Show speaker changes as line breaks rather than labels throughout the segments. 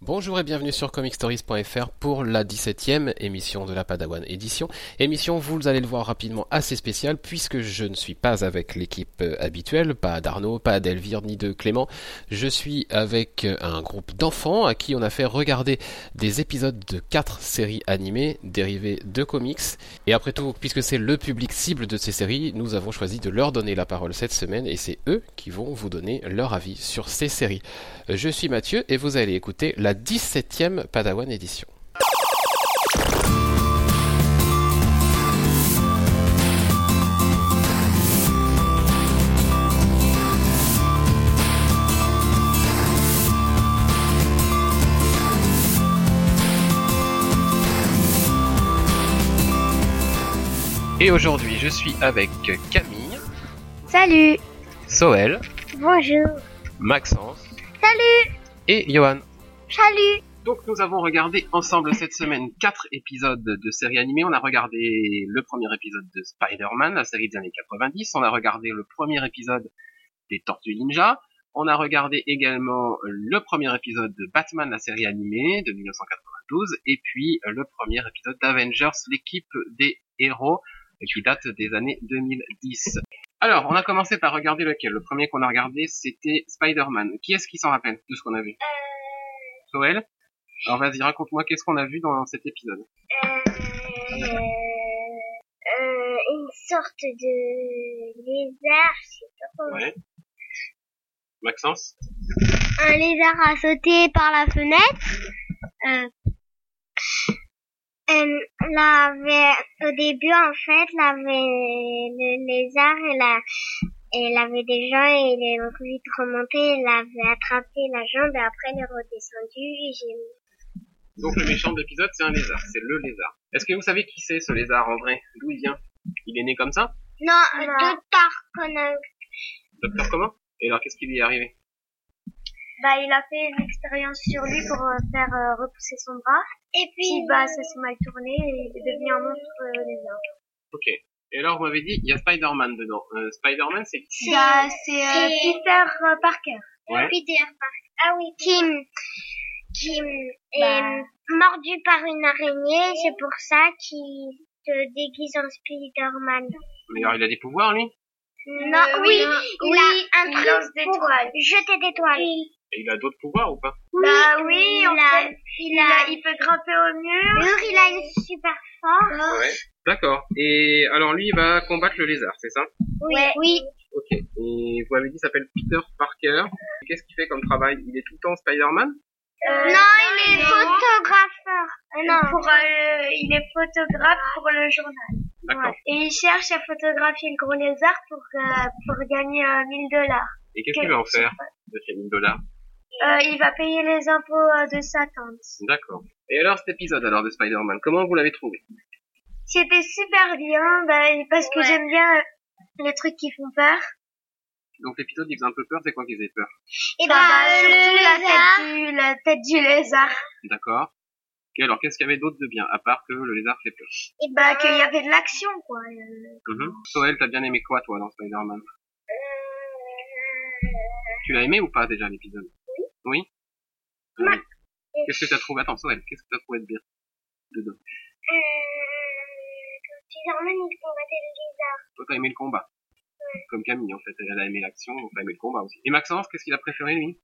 Bonjour et bienvenue sur comicstories.fr pour la 17e émission de la Padawan Édition. Émission, vous allez le voir rapidement, assez spéciale puisque je ne suis pas avec l'équipe euh, habituelle, pas d'Arnaud, pas d'Elvire ni de Clément. Je suis avec euh, un groupe d'enfants à qui on a fait regarder des épisodes de quatre séries animées dérivées de comics. Et après tout, puisque c'est le public cible de ces séries, nous avons choisi de leur donner la parole cette semaine et c'est eux qui vont vous donner leur avis sur ces séries. Je suis Mathieu et vous allez écouter la 17e Padawan édition. Et aujourd'hui, je suis avec Camille,
Salut
Soel,
Bonjour
Maxence
Salut
et Johan.
Salut
Donc nous avons regardé ensemble cette semaine quatre épisodes de séries animées. On a regardé le premier épisode de Spider-Man, la série des années 90. On a regardé le premier épisode des Tortues Ninja. On a regardé également le premier épisode de Batman, la série animée de 1992. Et puis le premier épisode d'Avengers, l'équipe des héros, qui date des années 2010. Alors, on a commencé par regarder lequel Le premier qu'on a regardé, c'était Spider-Man. Qui est-ce qui s'en rappelle de ce qu'on a vu Soël alors vas-y, raconte-moi qu'est-ce qu'on a vu dans cet épisode.
euh, euh, Une sorte de lézard, je sais pas comment.
Ouais. Maxence
Un lézard a sauté par la fenêtre. Euh, elle avait, au début, en fait, elle avait le lézard, elle, a, elle avait des gens et il est vite remonté, elle avait attrapé la jambe et après elle est redescendue et j'ai
Donc le méchant de l'épisode, c'est un lézard, c'est le lézard. Est-ce que vous savez qui c'est ce lézard en vrai D'où il vient Il est né comme ça
Non, le docteur Conan.
Docteur comment Et alors qu'est-ce qui lui est arrivé
Bah, il a fait une expérience sur lui pour euh, faire euh, repousser son bras. Et puis, bah, ça s'est mal tourné et il est devenu un monstre euh, lézard.
Ok. Et alors vous m'avez dit, il y a Spider-Man dedans. Euh, Spider-Man, c'est qui
Bah, c'est
euh,
Peter euh, Parker.
Ouais.
Peter Parker. Ah oui. Qui, qui est
Bah.
mordu par une araignée, c'est pour ça qu'il se déguise en Spider-Man.
Mais alors il a des pouvoirs lui
Non, Euh, oui, il a un truc pour jeter des toiles.
Et il a d'autres pouvoirs ou pas
Bah oui, en
il a-
fait, il a, il peut grimper au mur. il a une super force.
Ouais. D'accord. Et alors lui, il va combattre le lézard, c'est ça
Oui, oui.
Ok. Et vous m'avez dit, il s'appelle Peter Parker. Qu'est-ce qu'il fait comme travail Il est tout le temps Spider-Man
euh, non, il est
non.
photographeur. Euh, non.
Pour, euh, il est photographe pour le journal.
D'accord.
Ouais. Et il cherche à photographier le gros lézard pour, euh, pour gagner euh, 1000 dollars.
Et qu'est-ce qu'il va en faire de ces 1000 dollars
Euh, il va payer les impôts euh, de sa tante.
D'accord. Et alors cet épisode alors de Spider-Man, comment vous l'avez trouvé
C'était super bien bah, parce que
Ouais.
j'aime bien euh, les trucs qui font peur.
Donc l'épisode il faisait un peu peur, c'est quoi qui faisait peur
Et
bah, le
la, tête du, la tête du lézard.
D'accord. Et alors qu'est-ce qu'il y avait d'autre de bien, à part que le lézard fait peur
Et bah qu'il y avait de l'action quoi. Euh,
Mhm. Soël, t'as bien aimé quoi toi dans Spider-Man
Euh,
Tu l'as aimé ou pas déjà l'épisode Oui. Oui
Ma-
Qu'est-ce que t'as trouvé Attends Soël, qu'est-ce que t'as trouvé de bien dedans
Spider-Man Euh, il combattait le lézard.
Toi t'as aimé le combat. Comme Camille en fait, elle elle a aimé l'action, donc t'as aimé le combat aussi. Et Maxence, qu'est-ce qu'il a préféré lui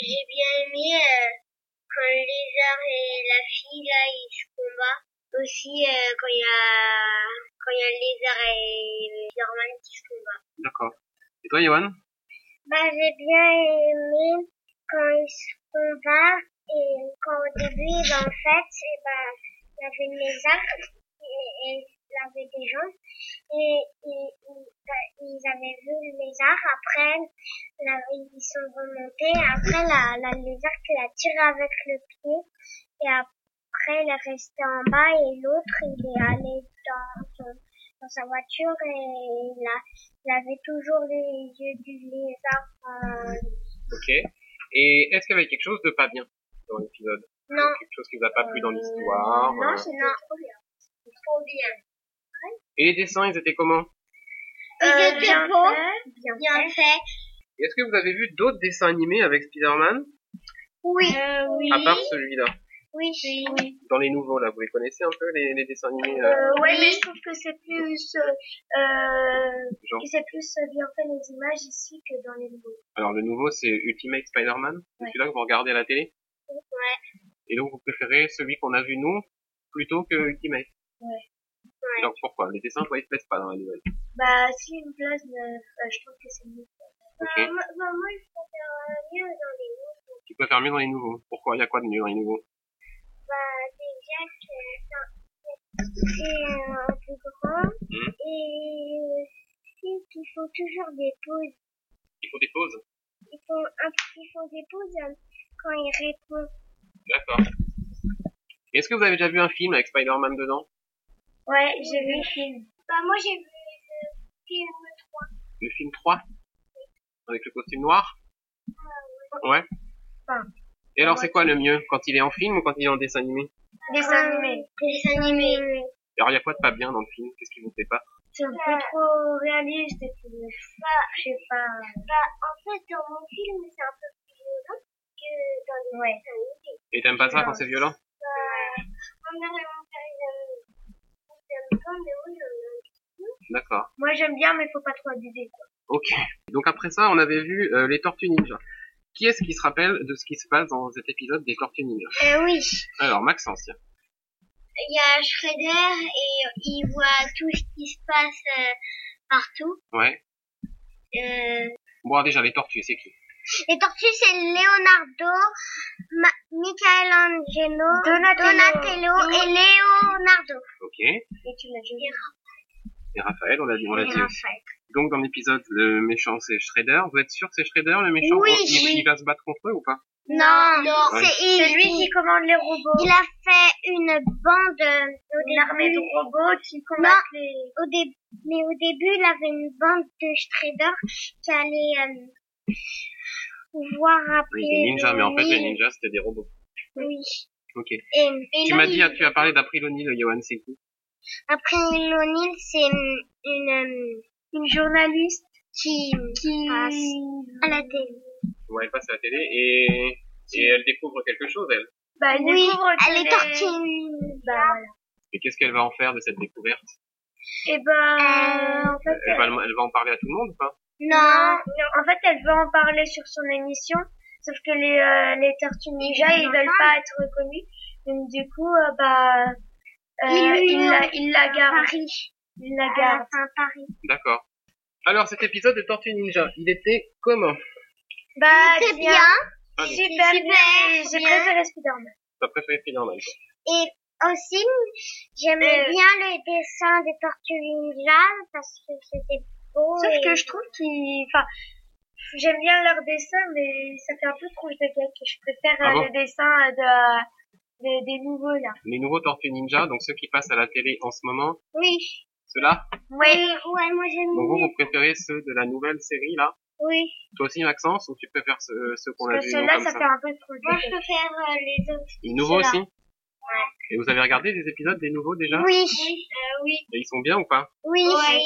J'ai bien aimé euh, quand le lézard et la fille là ils se combattent. Aussi euh, quand il y a quand il y a le lézard et le Spider-Man qui se combattent.
D'accord. Et toi Johan
Bah j'ai bien aimé quand ils se combattent et quand au début ben, en fait et bah, il y avait le lézard et, et il avait des gens et, et- et, bah, ils avaient vu le lézard après la- ils sont remontés. Après, la, la lézard qui l'a tiré avec le pied. Et après, il est resté en bas et l'autre, il est allé dans, son- dans sa voiture et il, a, il avait toujours les yeux du lézard. euh,
Ok. Et est-ce qu'il y avait quelque chose de pas bien dans l'épisode
Non.
Quelque chose qui vous a pas plu dans l'histoire
Non,
euh.
c'est trop bien. Trop bien.
Et les dessins, ils étaient comment
Ils
Euh,
étaient
bien
beaux,
fait,
bien, fait.
Et Est-ce que vous avez vu d'autres dessins animés avec Spider-Man
Oui.
Euh, oui.
À part celui-là.
Oui.
Oui.
Dans les nouveaux, là, vous les connaissez un peu, les, les dessins animés euh,
Euh, ouais, mais je trouve que c'est plus, euh, euh,
genre.
que c'est plus bien fait les images ici que dans les nouveaux.
Alors, le nouveau, c'est Ultimate Spider-Man. C'est
Ouais.
celui-là que vous regardez à la télé. Ouais. Et donc, vous préférez celui qu'on a vu, nous, plutôt que Ultimate.
Ouais.
Ouais.
Donc, pourquoi Les dessins, toi, ils te plaisent pas dans la nouvelle.
Bah, si une place, mais, euh, je trouve que c'est mieux. Bah,
Ok.
Moi, moi, moi, je préfère euh, mieux dans les mots.
Tu préfères mieux dans les nouveaux. Pourquoi Il y a quoi de mieux dans les nouveaux
Bah, déjà que
euh,
enfin, c'est euh, un peu grand
Mhm.
et aussi qu'ils font toujours des pauses.
Ils font des pauses
Ils font, un, ils font des pauses euh, quand ils répondent.
D'accord. Est-ce que vous avez déjà vu un film avec Spider-Man dedans
Ouais, j'ai vu le film.
Bah, moi, j'ai vu le film 3.
Le film 3 Avec le costume noir Ouais.
Enfin,
Et alors,
moi,
c'est quoi le mieux Quand il est en film ou quand il est en dessin animé
Dessin animé.
Euh, Dessin animé.
Alors, il y a quoi de pas bien dans le film Qu'est-ce qui vous plaît pas
C'est un peu trop réaliste et puis, euh, je sais pas.
Bah, en fait, dans mon film, c'est un peu plus violent que dans les
Ouais.
dessins animés.
Et t'aimes pas ça quand
Non.
c'est violent
Bah, on a vraiment fait une... une bonne de oui, on
D'accord.
Moi, j'aime bien, mais faut pas trop abuser.
Ok. Donc après ça, on avait vu euh, les Tortues Ninja. Qui est-ce qui se rappelle de ce qui se passe dans cet épisode des Tortues Ninja
a- Euh, oui.
Alors Maxence, tiens.
Il y a Shredder et il voit tout ce qui se passe euh, partout.
Ouais.
Euh...
Bon déjà les Tortues, c'est qui
Les tortues, c'est Leonardo, Ma... Michelangelo, Oh, Donatello, et Leonardo.
Ok.
Et tu l'as déjà vu.
Et Raphaël, on l'a dit, on l'a
Et
dit aussi.
Raphaël.
Donc dans l'épisode, le méchant c'est Shredder. Vous êtes sûr que c'est Shredder le méchant
Oui,
il,
oui.
il va se battre contre eux ou pas
Non,
Ouais.
c'est
C'est
il.
lui qui commande les robots.
Il a fait une bande euh, au
Une armée de
début.
robots qui combattent
Non,
les...
au dé- mais au début, il avait une bande de Shredder qui allait euh, pouvoir
Oui,
appeler
des ninjas, mais en fait les
oui,
ninjas c'était des robots.
Oui.
Ok.
Et,
tu m'as dit, ah, tu as parlé d'April O'Neil, Johan, c'est qui
Après O'Neill, c'est une, une, euh, une journaliste qui, qui passe à la télé.
Bon, elle passe à la télé et, et elle découvre quelque chose, elle.
Bah, elle
oui,
découvre que
elle
les-
est tortue.
Bah, voilà.
Et qu'est-ce qu'elle va en faire de cette découverte
Euh,
Et ben, en fait,
elle va, le- elle va en parler à tout le monde ou pas
Non,
en fait, elle veut en parler sur son émission, sauf que les, euh, les Tortues Ninja,
Ils
ils
en
veulent pas être reconnus. Donc, du coup, euh, bah, euh,
Ils Ah. lui
il, la,
ont-
il la
à
garde.
Paris.
Il la
À
garde.
la fin, Paris.
D'accord. Alors cet épisode de Tortue Ninja, il était comment
Bah,
C'est
bien.
bien.
Allez.
Super,
Super
bien. J'ai
bien.
préféré Spider-Man.
T'as préféré Spider-Man quoi.
Et aussi, j'aimais
Euh,
bien le dessin des tortues ninja parce que c'était beau.
Sauf
et-
que je trouve qu'il, enfin, j'aime bien leur dessin, mais ça fait un peu trop de gag. Je préfère
Ah
euh,
bon
le dessin euh, de, de- des nouveaux, là.
Les nouveaux Tortues Ninja, donc ceux qui passent à la télé en ce moment,
Oui.
ceux-là.
Oui. Ouais, moi j'aime
Donc vous,
mieux.
vous préférez ceux de la nouvelle série là
Oui.
Toi aussi Maxence, ou tu préfères ceux, ceux qu'on a
Euh,
Parce
vus
que
non,
ceux-là,
comme
ça
ça,
fait un peu trop de
Moi
gag.
je préfère euh, les autres.
Les nouveaux aussi
ceux-là.
Et vous avez regardé les épisodes des nouveaux déjà
Oui. Euh, oui.
Et ils sont bien ou pas
Oui.
Ouais.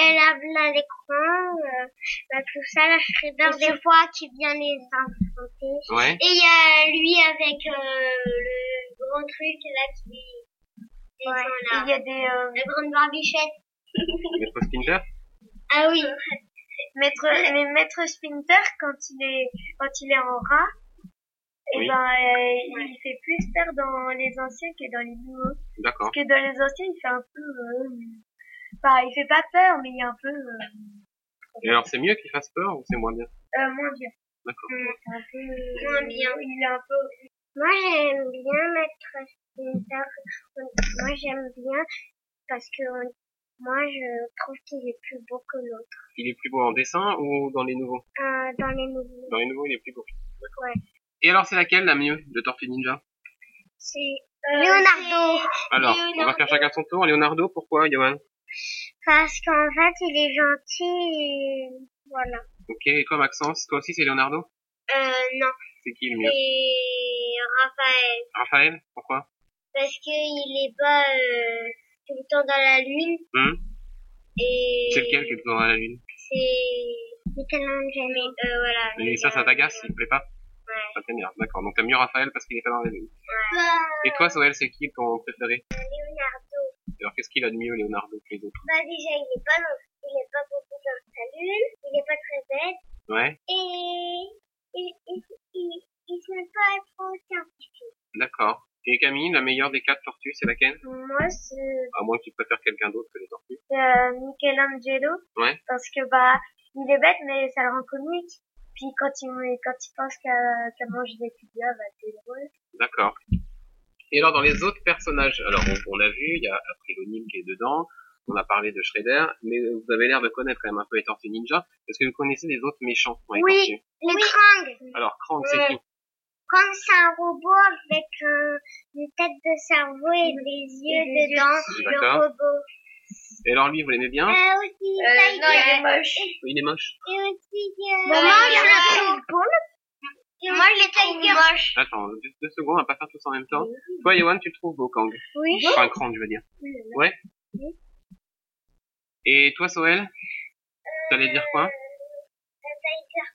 Elle lave là l'écran. Euh, bah, tout ça, la Shredder des fois qui vient les inventer.
Ouais.
Et il y a lui avec euh, le grand truc là qui. les gens, là.
Il y a des, euh,
La grande barbichette.
Maître Splinter
Ah oui.
Maître, mais Maître Splinter, quand il est, quand il est en rat, et
Oui.
ben, euh, il fait plus peur dans les anciens que dans les nouveaux.
D'accord.
Parce que dans les anciens, il fait un peu, euh, enfin, il fait pas peur, mais il est un peu, euh,
Et alors c'est mieux qu'ils fassent peur ou c'est moins bien
euh, moins bien.
D'accord.
Hmm.
C'est un peu, euh,
Moins bien.
Il est un peu,
Moi, j'aime bien mettre Splinter. Moi, j'aime bien parce que on- moi, je trouve qu'il est plus beau que l'autre.
Il est plus beau en dessin ou dans les nouveaux
Euh, dans les nouveaux,
Dans les nouveaux, il est plus beau. D'accord.
Ouais.
Et alors c'est laquelle la mieux de Tortue Ninja
c'est
euh,
Leonardo.
Alors, on va
Euh, Leonardo.
faire chacun son tour. Leonardo, pourquoi, Johan
Parce qu'en fait, il est gentil et voilà.
Ok, et toi, Maxence, toi aussi, c'est Leonardo
Euh, non.
C'est qui le mieux
Et Raphaël.
Raphaël Pourquoi
Parce qu'il est pas euh, tout le temps dans la lune.
Hum.
Et.
C'est lequel qui est dans la lune
C'est Michelangelo. Euh, voilà.
Et ça, ça t'agace, s'il te plaît pas
Ouais.
Ça t'énerve, d'accord. Donc t'aimes mieux Raphaël parce qu'il est pas dans la lune.
Bah,
Et toi, Soël, c'est qui ton préféré
Leonardo.
Alors qu'est-ce qu'il a de mieux, Leonardo, que les autres
Bah, déjà, il est pas long. Il est pas beaucoup dans sa lune. Il est pas très bête.
Ouais,
Et, il, il, il, il s'aime pas trop scientifique.
d'accord. Et Camille, la meilleure des quatre tortues, c'est laquelle
Moi, c'est
À moins que tu préfères quelqu'un d'autre que les tortues.
euh, Michelangelo.
Ouais.
Parce que, bah, il est bête, mais ça le rend comique. Puis quand il, quand il pense qu'à qu'à manger des pizzas, bah, c'est
Euh,
drôle.
D'accord. Et alors, dans les autres personnages, alors on, on l'a vu, il y a April qui est dedans, on a parlé de Shredder, mais vous avez l'air de connaître quand même un peu les tortues ninja. Est-ce que vous connaissez les autres méchants dans les
Oui.
tortues
Les Krang.
Alors, Krang, c'est qui
Krang, c'est un robot avec euh, une tête de cerveau et des yeux
des
dedans. Le
D'accord.
robot.
Et alors, lui, vous l'aimez
Hein
bien
Euh, aussi, Tiger.
moche.
Il est moche.
Et aussi, euh,
Bon, moi, je le trouve
Moi, je le Tiger. moche.
Attends, deux, deux secondes, on va pas faire tous en même temps. Toi, Yohan, tu le trouves beau, Kang
Oui.
Enfin, Krang, je veux dire. Ouais Et toi, Soël T'allais dire quoi
Tiger.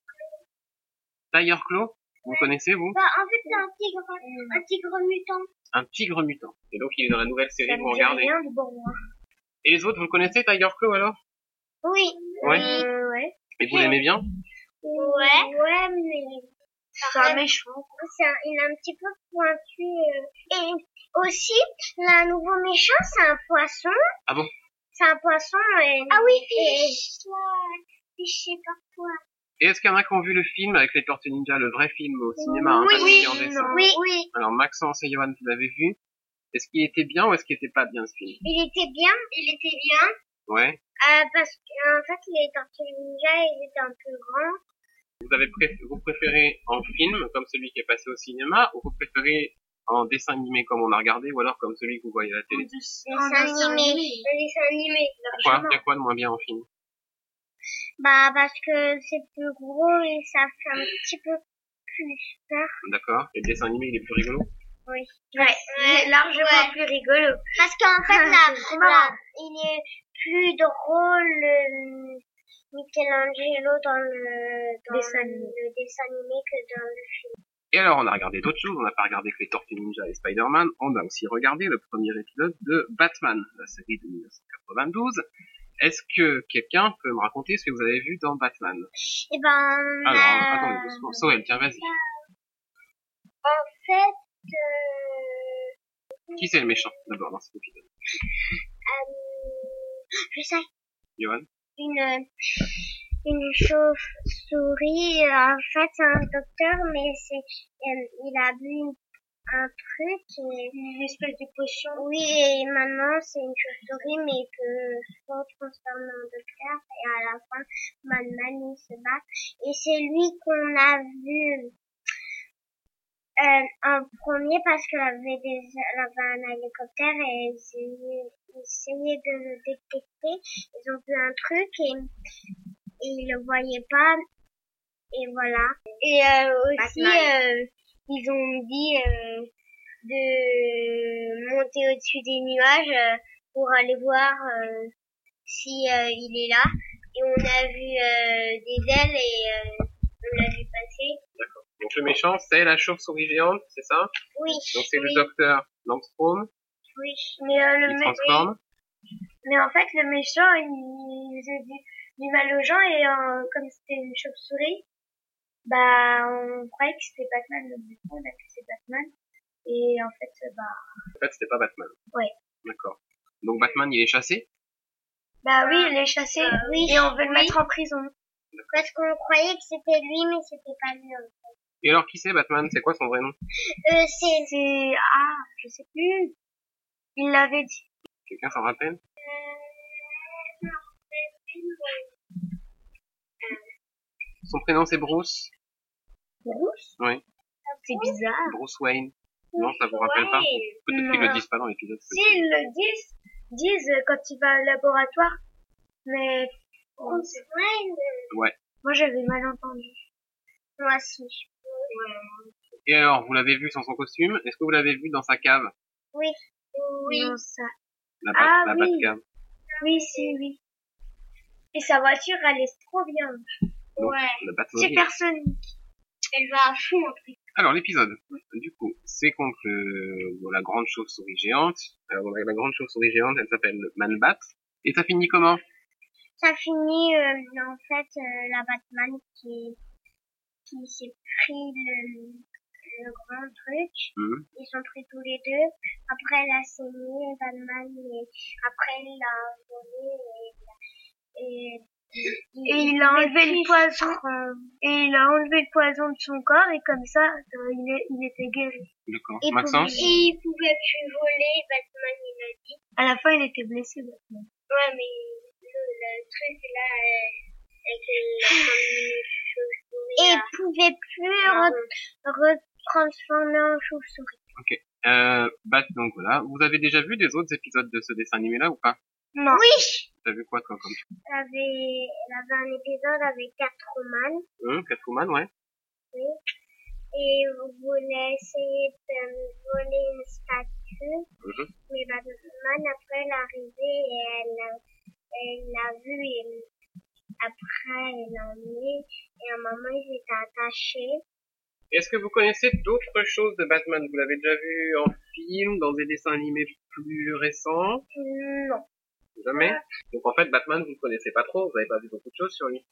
Tailleur Claw Vous connaissez, vous
Bah, en fait, c'est un tigre,
Mm.
un tigre mutant.
Un tigre mutant. Et donc, il est dans la nouvelle série
Ça
que
me
vous
dit
regardez.
rien de bon, moi.
Et les autres, vous le connaissez, Tiger Claw, alors
Oui.
Ouais.
Euh, ouais.
Et vous l'aimez bien
Ouais. Ouais, mais
C'est un méchant.
c'est un- il est un petit peu pointu. euh. Et aussi, le nouveau méchant, c'est un poisson.
Ah bon
C'est un poisson. Et... Ah oui, fiche. Fiche, c'est parfois.
Et est-ce qu'il y en a qui ont vu le film avec les Tortues Ninja, le vrai film au cinéma hein,
Oui,
pas celui en dessin
Oui, oui.
Alors, Maxence et Yohan, vous l'avez vu Est-ce qu'il était bien ou est-ce qu'il était pas bien, ce film
Il était bien. Il était bien.
Ouais.
Euh, parce qu'en fait, les tortues ninja, ils étaient un peu grands.
Vous avez pré- vous préférez en film, comme celui qui est passé au cinéma, ou vous préférez en dessin animé comme on a regardé, ou alors comme celui que vous voyez à la télé
En dessin animé. En dessin animé.
Pourquoi Il y a quoi de moins bien en film
Bah, parce que c'est plus gros et ça fait un petit peu plus peur.
D'accord. Et le dessin animé, il est plus rigolo
Ouais,
ouais,
c'est largement
ouais.
plus rigolo.
Parce qu'en fait,
Ah,
là,
c'est trop
là,
marrant.
il est plus drôle, euh, Michelangelo, dans le, dans
Dessin
le-
animé.
le dessin animé que dans le film.
Et alors, on a regardé d'autres choses. On n'a pas regardé que les Tortues Ninja et Spider-Man. On a aussi regardé le premier épisode de Batman, la série de 1992. Est-ce que quelqu'un peut me raconter ce que vous avez vu dans Batman
Et ben, on
Ah
Alors,
a-
attendez deux secondes. Soël, tiens, vas-y.
en fait, euh,
Qui c'est le méchant d'abord dans cet épisode
euh, je sais,
Johan
une, une chauve-souris, euh, en fait, c'est un docteur, mais c'est, euh, il a bu une- un truc, et, une espèce de potion. Oui, et maintenant, c'est une chauve-souris, mais il peut se transformer en docteur, et à la fin, Batman, il se bat. Et c'est lui qu'on a vu, euh, en premier parce qu'elle avait déjà, elle avait un hélicoptère et ils essayaient ils essayaient de le détecter ils ont vu un truc et, et ils le voyaient pas et voilà
Et euh, aussi,
Batman.
euh, ils ont dit euh, de monter au-dessus des nuages euh, pour aller voir euh, si euh, il est là. Et on a vu euh, des ailes et euh, on l'a vu passer.
Donc le méchant, c'est la chauve-souris géante, c'est ça
oui
Donc c'est
oui,
le docteur Langstrom
Oui. Mais euh, le
qui
mé-
transforme.
Mais en fait, le méchant, il il faisait du, du mal aux gens et euh, comme c'était une chauve-souris, bah, on croyait que c'était Batman, donc du coup, on a cru que c'était Batman. Et en fait, euh, bah,
En fait, c'était pas Batman.
Ouais.
D'accord. Donc Batman, il est chassé.
bah oui, il est chassé
Euh, oui.
et on veut le
Oui.
mettre en prison.
parce qu'on croyait que c'était lui mais c'était pas lui en fait.
Et alors qui c'est Batman C'est quoi son vrai nom
euh, c'est
C'est, ah, je sais plus. Il l'avait dit.
Quelqu'un s'en rappelle Son prénom c'est Bruce.
Bruce?
Oui.
C'est bizarre.
Bruce Wayne. Non, ça vous rappelle pas Peut-être qu'ils le
Ah. Non.
disent pas dans l'épisode.
S'ils le disent, disent euh, quand il va au laboratoire. Mais,
on se plaint,
moi, j'avais mal entendu.
moi aussi
Et alors, vous l'avez vu sans son costume Est-ce que vous l'avez vu dans sa cave
oui
Non, ça.
La,
Ah,
la
oui.
Batcave.
Oui, si, oui. Et sa voiture, elle est trop bien.
Donc,
ouais
La Batmobile.
Supersonique.
elle va à fond après.
Alors l'épisode, du coup, c'est contre le- bon, la grande chauve-souris géante. Alors, bon, la grande chauve-souris géante, elle s'appelle Manbat. Et ça finit comment
Ça finit euh, en fait euh, la Batman qui qui s'est pris le, le grand truc.
Mhm.
Ils sont pris tous les deux. Après elle a saigné Batman et après il l'a volé et, et,
Et il a enlevé le poison.
euh,
Et il a enlevé le poison de son corps et comme ça, euh, il, est- il était guéri.
D'accord.
il
Maxence
pouvait- il pouvait plus voler, Batman il a dit.
À la fin, il était blessé. Batman.
Ouais, mais le, le truc là, euh, avec Et il pouvait plus retransformer en chauve-souris.
euh, Bat, donc voilà. Vous avez déjà vu des autres épisodes de ce dessin animé-là ou pas
Non.
Oui
T'as vu quoi, toi, comme
Elle avait, elle avait un épisode avec quatre romans
Hum, Catwoman, ouais.
et on voulait essayer de euh, voler une statue.
Mhm.
Mais Batman, après, elle est arrivée et elle l'a- elle l'a vu et après, elle l'a emmené et à un moment, ils étaient attachés.
Est-ce que vous connaissez d'autres choses de Batman Vous l'avez déjà vu en film, dans des dessins animés plus récents
Non.
Jamais Donc en fait, Batman, vous ne connaissez pas trop, vous n'avez pas vu beaucoup de choses sur lui.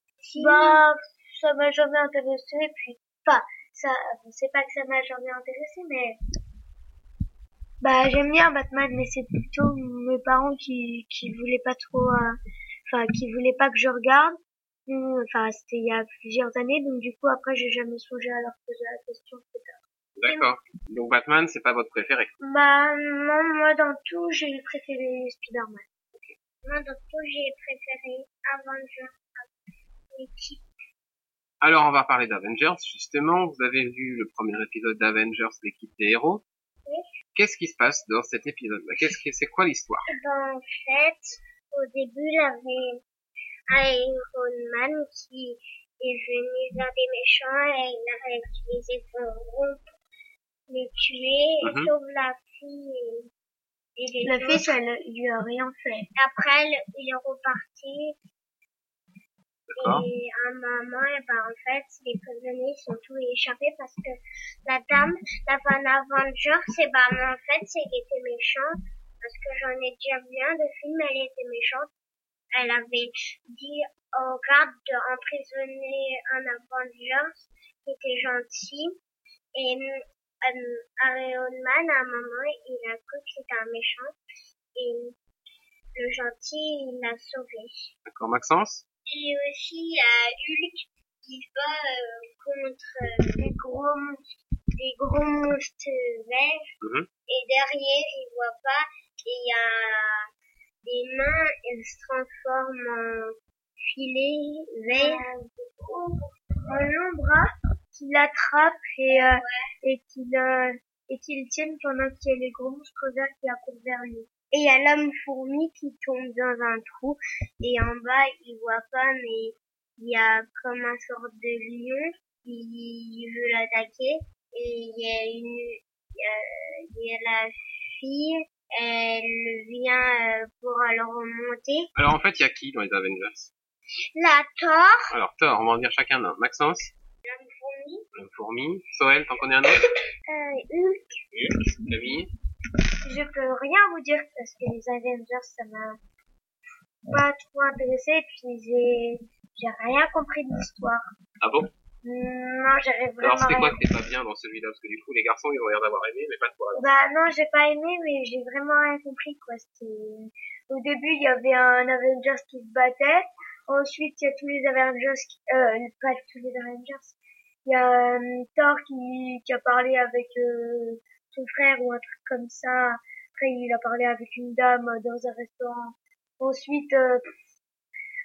Bah, ça m'a jamais intéressé, puis pas. Ça, c'est pas que ça m'a jamais intéressé, mais. Bah, j'aime bien Batman, mais c'est plutôt mes parents qui, qui voulaient pas trop, euh, enfin, qui voulaient pas que je regarde. Hum, Enfin, c'était il y a plusieurs années, donc du coup, après, j'ai jamais songé à leur poser la question.
D'accord. Donc Batman, c'est pas votre préféré.
Bah, non, moi, dans tout, j'ai préféré Spider-Man.
Moi, dans tout, j'ai préféré Avengers. L'équipe.
Alors on va parler d'Avengers, justement. Vous avez vu le premier épisode d'Avengers, l'équipe des héros.
Oui.
Qu'est-ce qui se passe dans cet épisode Bah, Qu'est-ce que c'est quoi l'histoire
Ben, en fait, au début, il y avait Iron Man qui est venu vers des méchants et il a utilisé son groupe pour les tuer,
Mhm.
sauf la fille et, et les
La
autres.
fille, ça ne lui a rien fait.
Après, le- il est reparti
D'accord.
Et à un moment, eh ben, en fait, les prisonniers sont tous échappés parce que la dame, la Van Avenger, c'est ben, en fait, c'est qu'elle était méchante. Parce que j'en ai déjà vu un de film, elle était méchante. Elle avait dit oh, au garde d'emprisonner un Avenger qui était gentil. Et euh, Iron Man, à un moment, il a cru que c'était un méchant. Et le gentil, il l'a sauvé.
D'accord, Maxence
Et aussi, il y a Hulk qui se bat euh, contre euh, des gros, mon- des gros monstres verts.
Mhm.
Et derrière, il voit pas. Et il y a des mains, elles se transforment en filet vert.
un long bras qui l'attrape et, euh, et qui
euh,
le, et qui le tienne pendant qu'il y a les gros monstres verts qui accourent vers lui.
Et il y a l'homme fourmi qui tombe dans un trou. Et en bas, il voit pas, mais il y a comme un sorte de lion. Il veut l'attaquer. Et il y a une, il y a- il y a la fille. Elle vient euh, pour le remonter.
Alors en fait, il y a qui dans les Avengers
La Thor,
Alors Thor, on va en dire chacun un. Maxence,
fourmi,
le fourmi, Soel, t'en connais un autre
euh, Hulk.
Camille
Je peux rien vous dire parce que les Avengers, ça m'a pas trop intéressé et puis j'ai, j'ai rien compris de l'histoire.
Ah bon
Non, j'avais vraiment
Alors c'était
rien.
quoi que t'es pas bien dans celui-là Parce que du coup les garçons ils ont l'air d'avoir aimé mais pas toi.
Bah non, j'ai pas aimé, mais j'ai vraiment rien compris quoi. C'était au début il y avait un Avengers qui se battait, ensuite il y a tous les Avengers, qui... euh, pas tous les Avengers. Il y a euh, Thor qui... qui a parlé avec euh, son frère ou un truc comme ça. Après il a parlé avec une dame euh, dans un restaurant. Ensuite euh,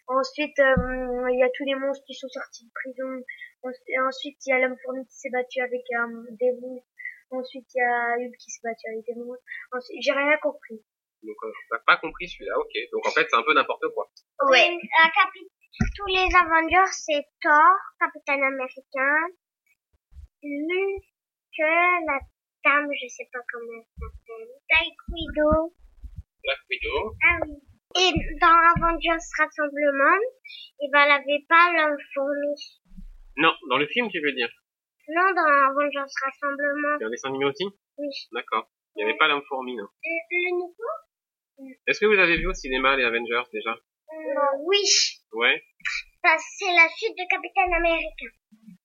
ensuite euh, il y a tous les monstres qui sont sortis de prison. Ensuite- et Ensuite il y a l'homme fourmi qui s'est battu avec euh, un démon. Ensuite, il y a Hulk qui se bat sur les démons. Ensuite, j'ai rien compris.
Donc euh, t'as pas compris celui-là, ok. Donc en fait c'est un peu n'importe quoi.
Ouais. Euh, tous les Avengers, c'est Thor, Capitaine Américain, Hulk, la dame, je sais pas comment elle s'appelle, Black Widow.
Black Widow.
Ah oui. Et dans Avengers eh Rassemblement, et ben, elle avait pas l'homme fourmi.
Non, dans le film tu veux dire.
Non, dans Vengeance Rassemblement.
Il y a un dessin animé aussi
Oui.
D'accord. Il n'y avait pas l'homme fourmi, non
Le, euh, le nouveau
Est-ce que vous avez vu au cinéma les Avengers déjà
Euh, Oui.
Ouais.
Parce que c'est la suite de Capitaine America.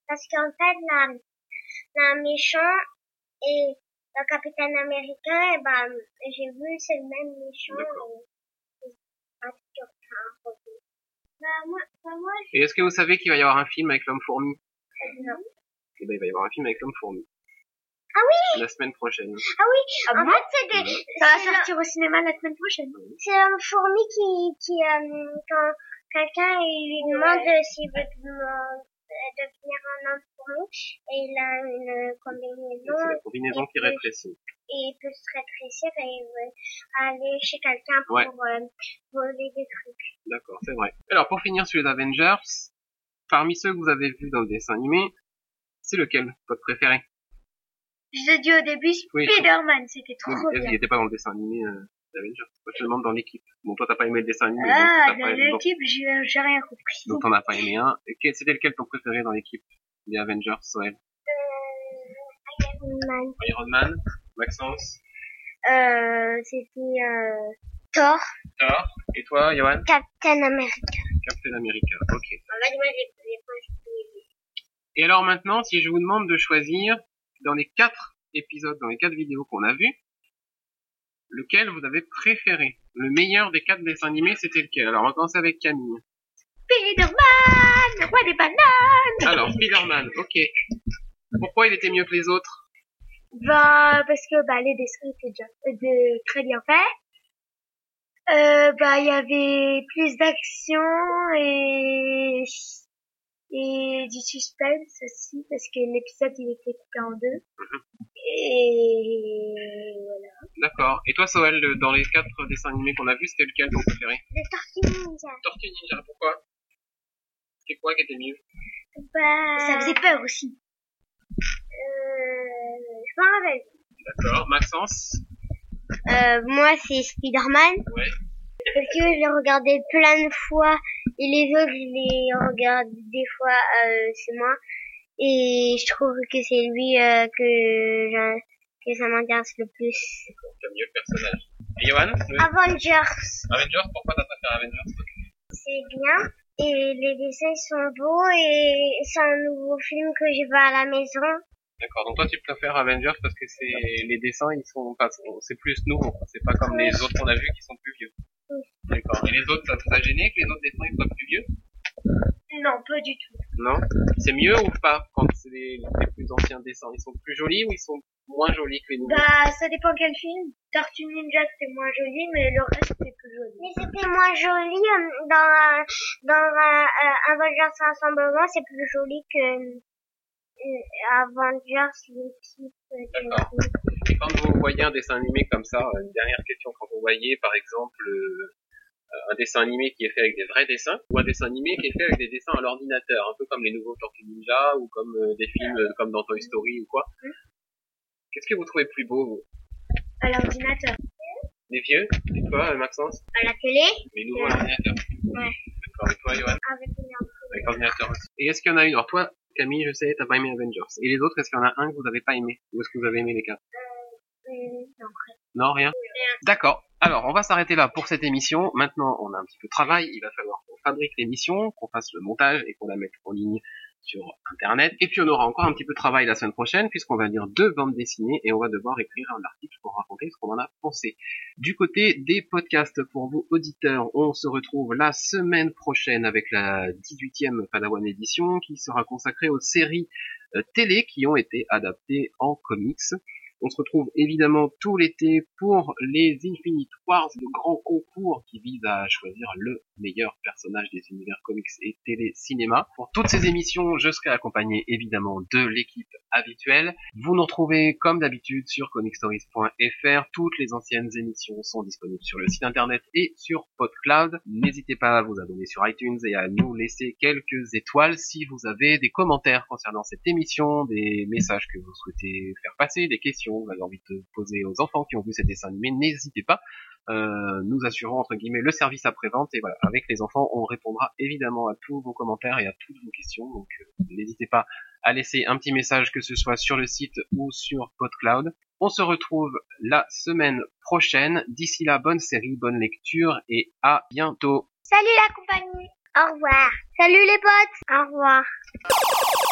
Parce qu'en fait, la, la méchant et le Capitaine Américain, et ben, j'ai vu, c'est le même méchant.
D'accord.
et- et- parce que- enfin, Bah, moi, bah, moi,
Et est-ce que vous savez qu'il va y avoir un film avec l'homme fourmi
je- non.
Eh ben, il va y avoir un film avec l'homme fourmi.
Ah
oui La semaine prochaine.
Ah
en
bon
fait, c'est des,
Ça va
c'est le-
sortir au cinéma la semaine prochaine.
c'est un fourmi qui, qui, euh, quand quelqu'un il lui demande s'il veut deven- euh, devenir un homme fourmi, et il a une
C'est
combinaison
la combinaison qui rétrécit.
et il peut se rétrécir et il veut aller chez quelqu'un pour
Ouais.
euh, voler des trucs.
D'accord, c'est vrai. Alors, pour finir sur les Avengers, parmi ceux que vous avez vus dans le dessin animé, c'est lequel votre préféré
Je l'ai dit au début,
Oui.
Spider-Man, c'était
Oui,
trop
Il
bien.
n'était pas dans le dessin animé euh, d'Avengers. Moi, je te demande dans l'équipe. Bon, toi, t'as pas aimé le dessin animé.
Ah,
donc, t'as
dans
pas aimé- donc,
l'équipe, j'ai j'ai rien compris.
donc t'en as pas aimé un. Et quel- C'était lequel ton préféré dans l'équipe des Avengers ouais.
Iron Man.
Iron Man, Maxence,
Euh, c'était euh, Thor.
Thor. Et toi, Johan
Captain America.
Captain America. Ok.
Ah,
En fait, moi, j'ai les
Et alors maintenant, si je vous demande de choisir dans les quatre épisodes, dans les quatre vidéos qu'on a vues, lequel vous avez préféré Le meilleur des quatre dessins animés, c'était lequel Alors on va commencer avec Camille.
Spider-Man, le roi des bananes.
Alors, Spider-Man, ok. Pourquoi il était mieux que les autres
Bah, parce que bah, les dessins étaient déjà euh, de- très bien faits. Euh, bah, il y avait plus d'action et et du suspense aussi parce que l'épisode il était coupé en deux et voilà
D'accord. Et toi, Soel, le- dans les quatre dessins animés qu'on a vus, c'était lequel ton préféré
Tortues Ninja.
Tortue Ninja, pourquoi C'était quoi qui était mieux
Bah,
ça faisait peur aussi
euh, je m'en rappelle.
D'accord. Maxence
Euh, moi, c'est Spider-Man.
Ouais.
Parce que je l'ai regardé plein de fois. Et les autres, je les regarde des fois, euh, c'est moi. Et je trouve que c'est lui euh, que, j'a- que ça m'intéresse le plus.
T'as mieux le personnage. Et Johan le-
Ah. Avengers,
Avengers, pourquoi t'as préféré Avengers
c'est bien. Et les dessins sont beaux et c'est un nouveau film que je vais à la maison.
D'accord, donc toi tu préfères Avengers parce que c'est les dessins ils sont enfin c'est- c'est plus nouveau, quoi. c'est pas comme les autres qu'on a vus qui sont plus vieux.
Oui.
D'accord. Et les autres ça vous a gêné que les autres dessins ils soient plus vieux
non pas du tout
Non. C'est mieux ou pas quand c'est les, les plus anciens dessins Ils sont plus jolis ou ils sont moins jolis que les nouveaux
bah ça dépend quel film Tortue Ninja c'était moins joli mais le reste c'était plus joli
Mais c'était moins joli euh, dans euh, dans euh, euh, Avengers Rassemblement, c'est plus joli que euh, Avengers l'équipe. de-
D'accord. Et quand vous voyez un dessin animé comme ça, euh, une dernière question, quand vous voyez par exemple euh, un dessin animé qui est fait avec des vrais dessins ou un dessin animé qui est fait avec des dessins à l'ordinateur, un peu comme les nouveaux Tortues Ninja ou comme euh, des films euh, comme dans Toy Story ou quoi, qu'est-ce que vous trouvez plus beau vous
à l'ordinateur
Les vieux Et toi, euh, Maxence
À la télé,
Les nouveaux ordinateurs
Ouais.
D'accord, et toi, Johan
avec une
Avec l'ordinateur aussi. Et est-ce qu'il y en a une Alors toi, Camille, je sais, t'as pas aimé Avengers. Et les autres, est-ce qu'il y en a un que vous avez pas aimé Ou est-ce que vous avez aimé les quatre
euh,
Non, rien. D'accord. Alors, on va s'arrêter là pour cette émission. Maintenant, on a un petit peu de travail. Il va falloir qu'on fabrique l'émission, qu'on fasse le montage et qu'on la mette en ligne sur Internet. Et puis, on aura encore un petit peu de travail la semaine prochaine puisqu'on va lire deux bandes dessinées et on va devoir écrire un article pour raconter ce qu'on en a pensé. Du côté des podcasts pour vous auditeurs, on se retrouve la semaine prochaine avec la 18e Padawan édition qui sera consacrée aux séries euh, télé qui ont été adaptées en comics. On se retrouve évidemment tout l'été pour les Infinite Wars, le grand concours qui vise à choisir le meilleur personnage des univers comics et télé-cinéma. Pour toutes ces émissions, je serai accompagné évidemment de l'équipe habituelle. Vous nous retrouvez comme d'habitude sur comicstories.fr. Toutes les anciennes émissions sont disponibles sur le site internet et sur PodCloud. N'hésitez pas à vous abonner sur iTunes et à nous laisser quelques étoiles si vous avez des commentaires concernant cette émission, des messages que vous souhaitez faire passer, des questions questions, vous avez envie de poser aux enfants qui ont vu ces dessins animés, n'hésitez pas. Euh, nous assurons entre guillemets le service après-vente et voilà, avec les enfants, on répondra évidemment à tous vos commentaires et à toutes vos questions. Donc euh, n'hésitez pas à laisser un petit message que ce soit sur le site ou sur PodCloud. On se retrouve la semaine prochaine. D'ici là, bonne série, bonne lecture et à bientôt.
Salut la compagnie. Au revoir. Salut les potes. Au revoir.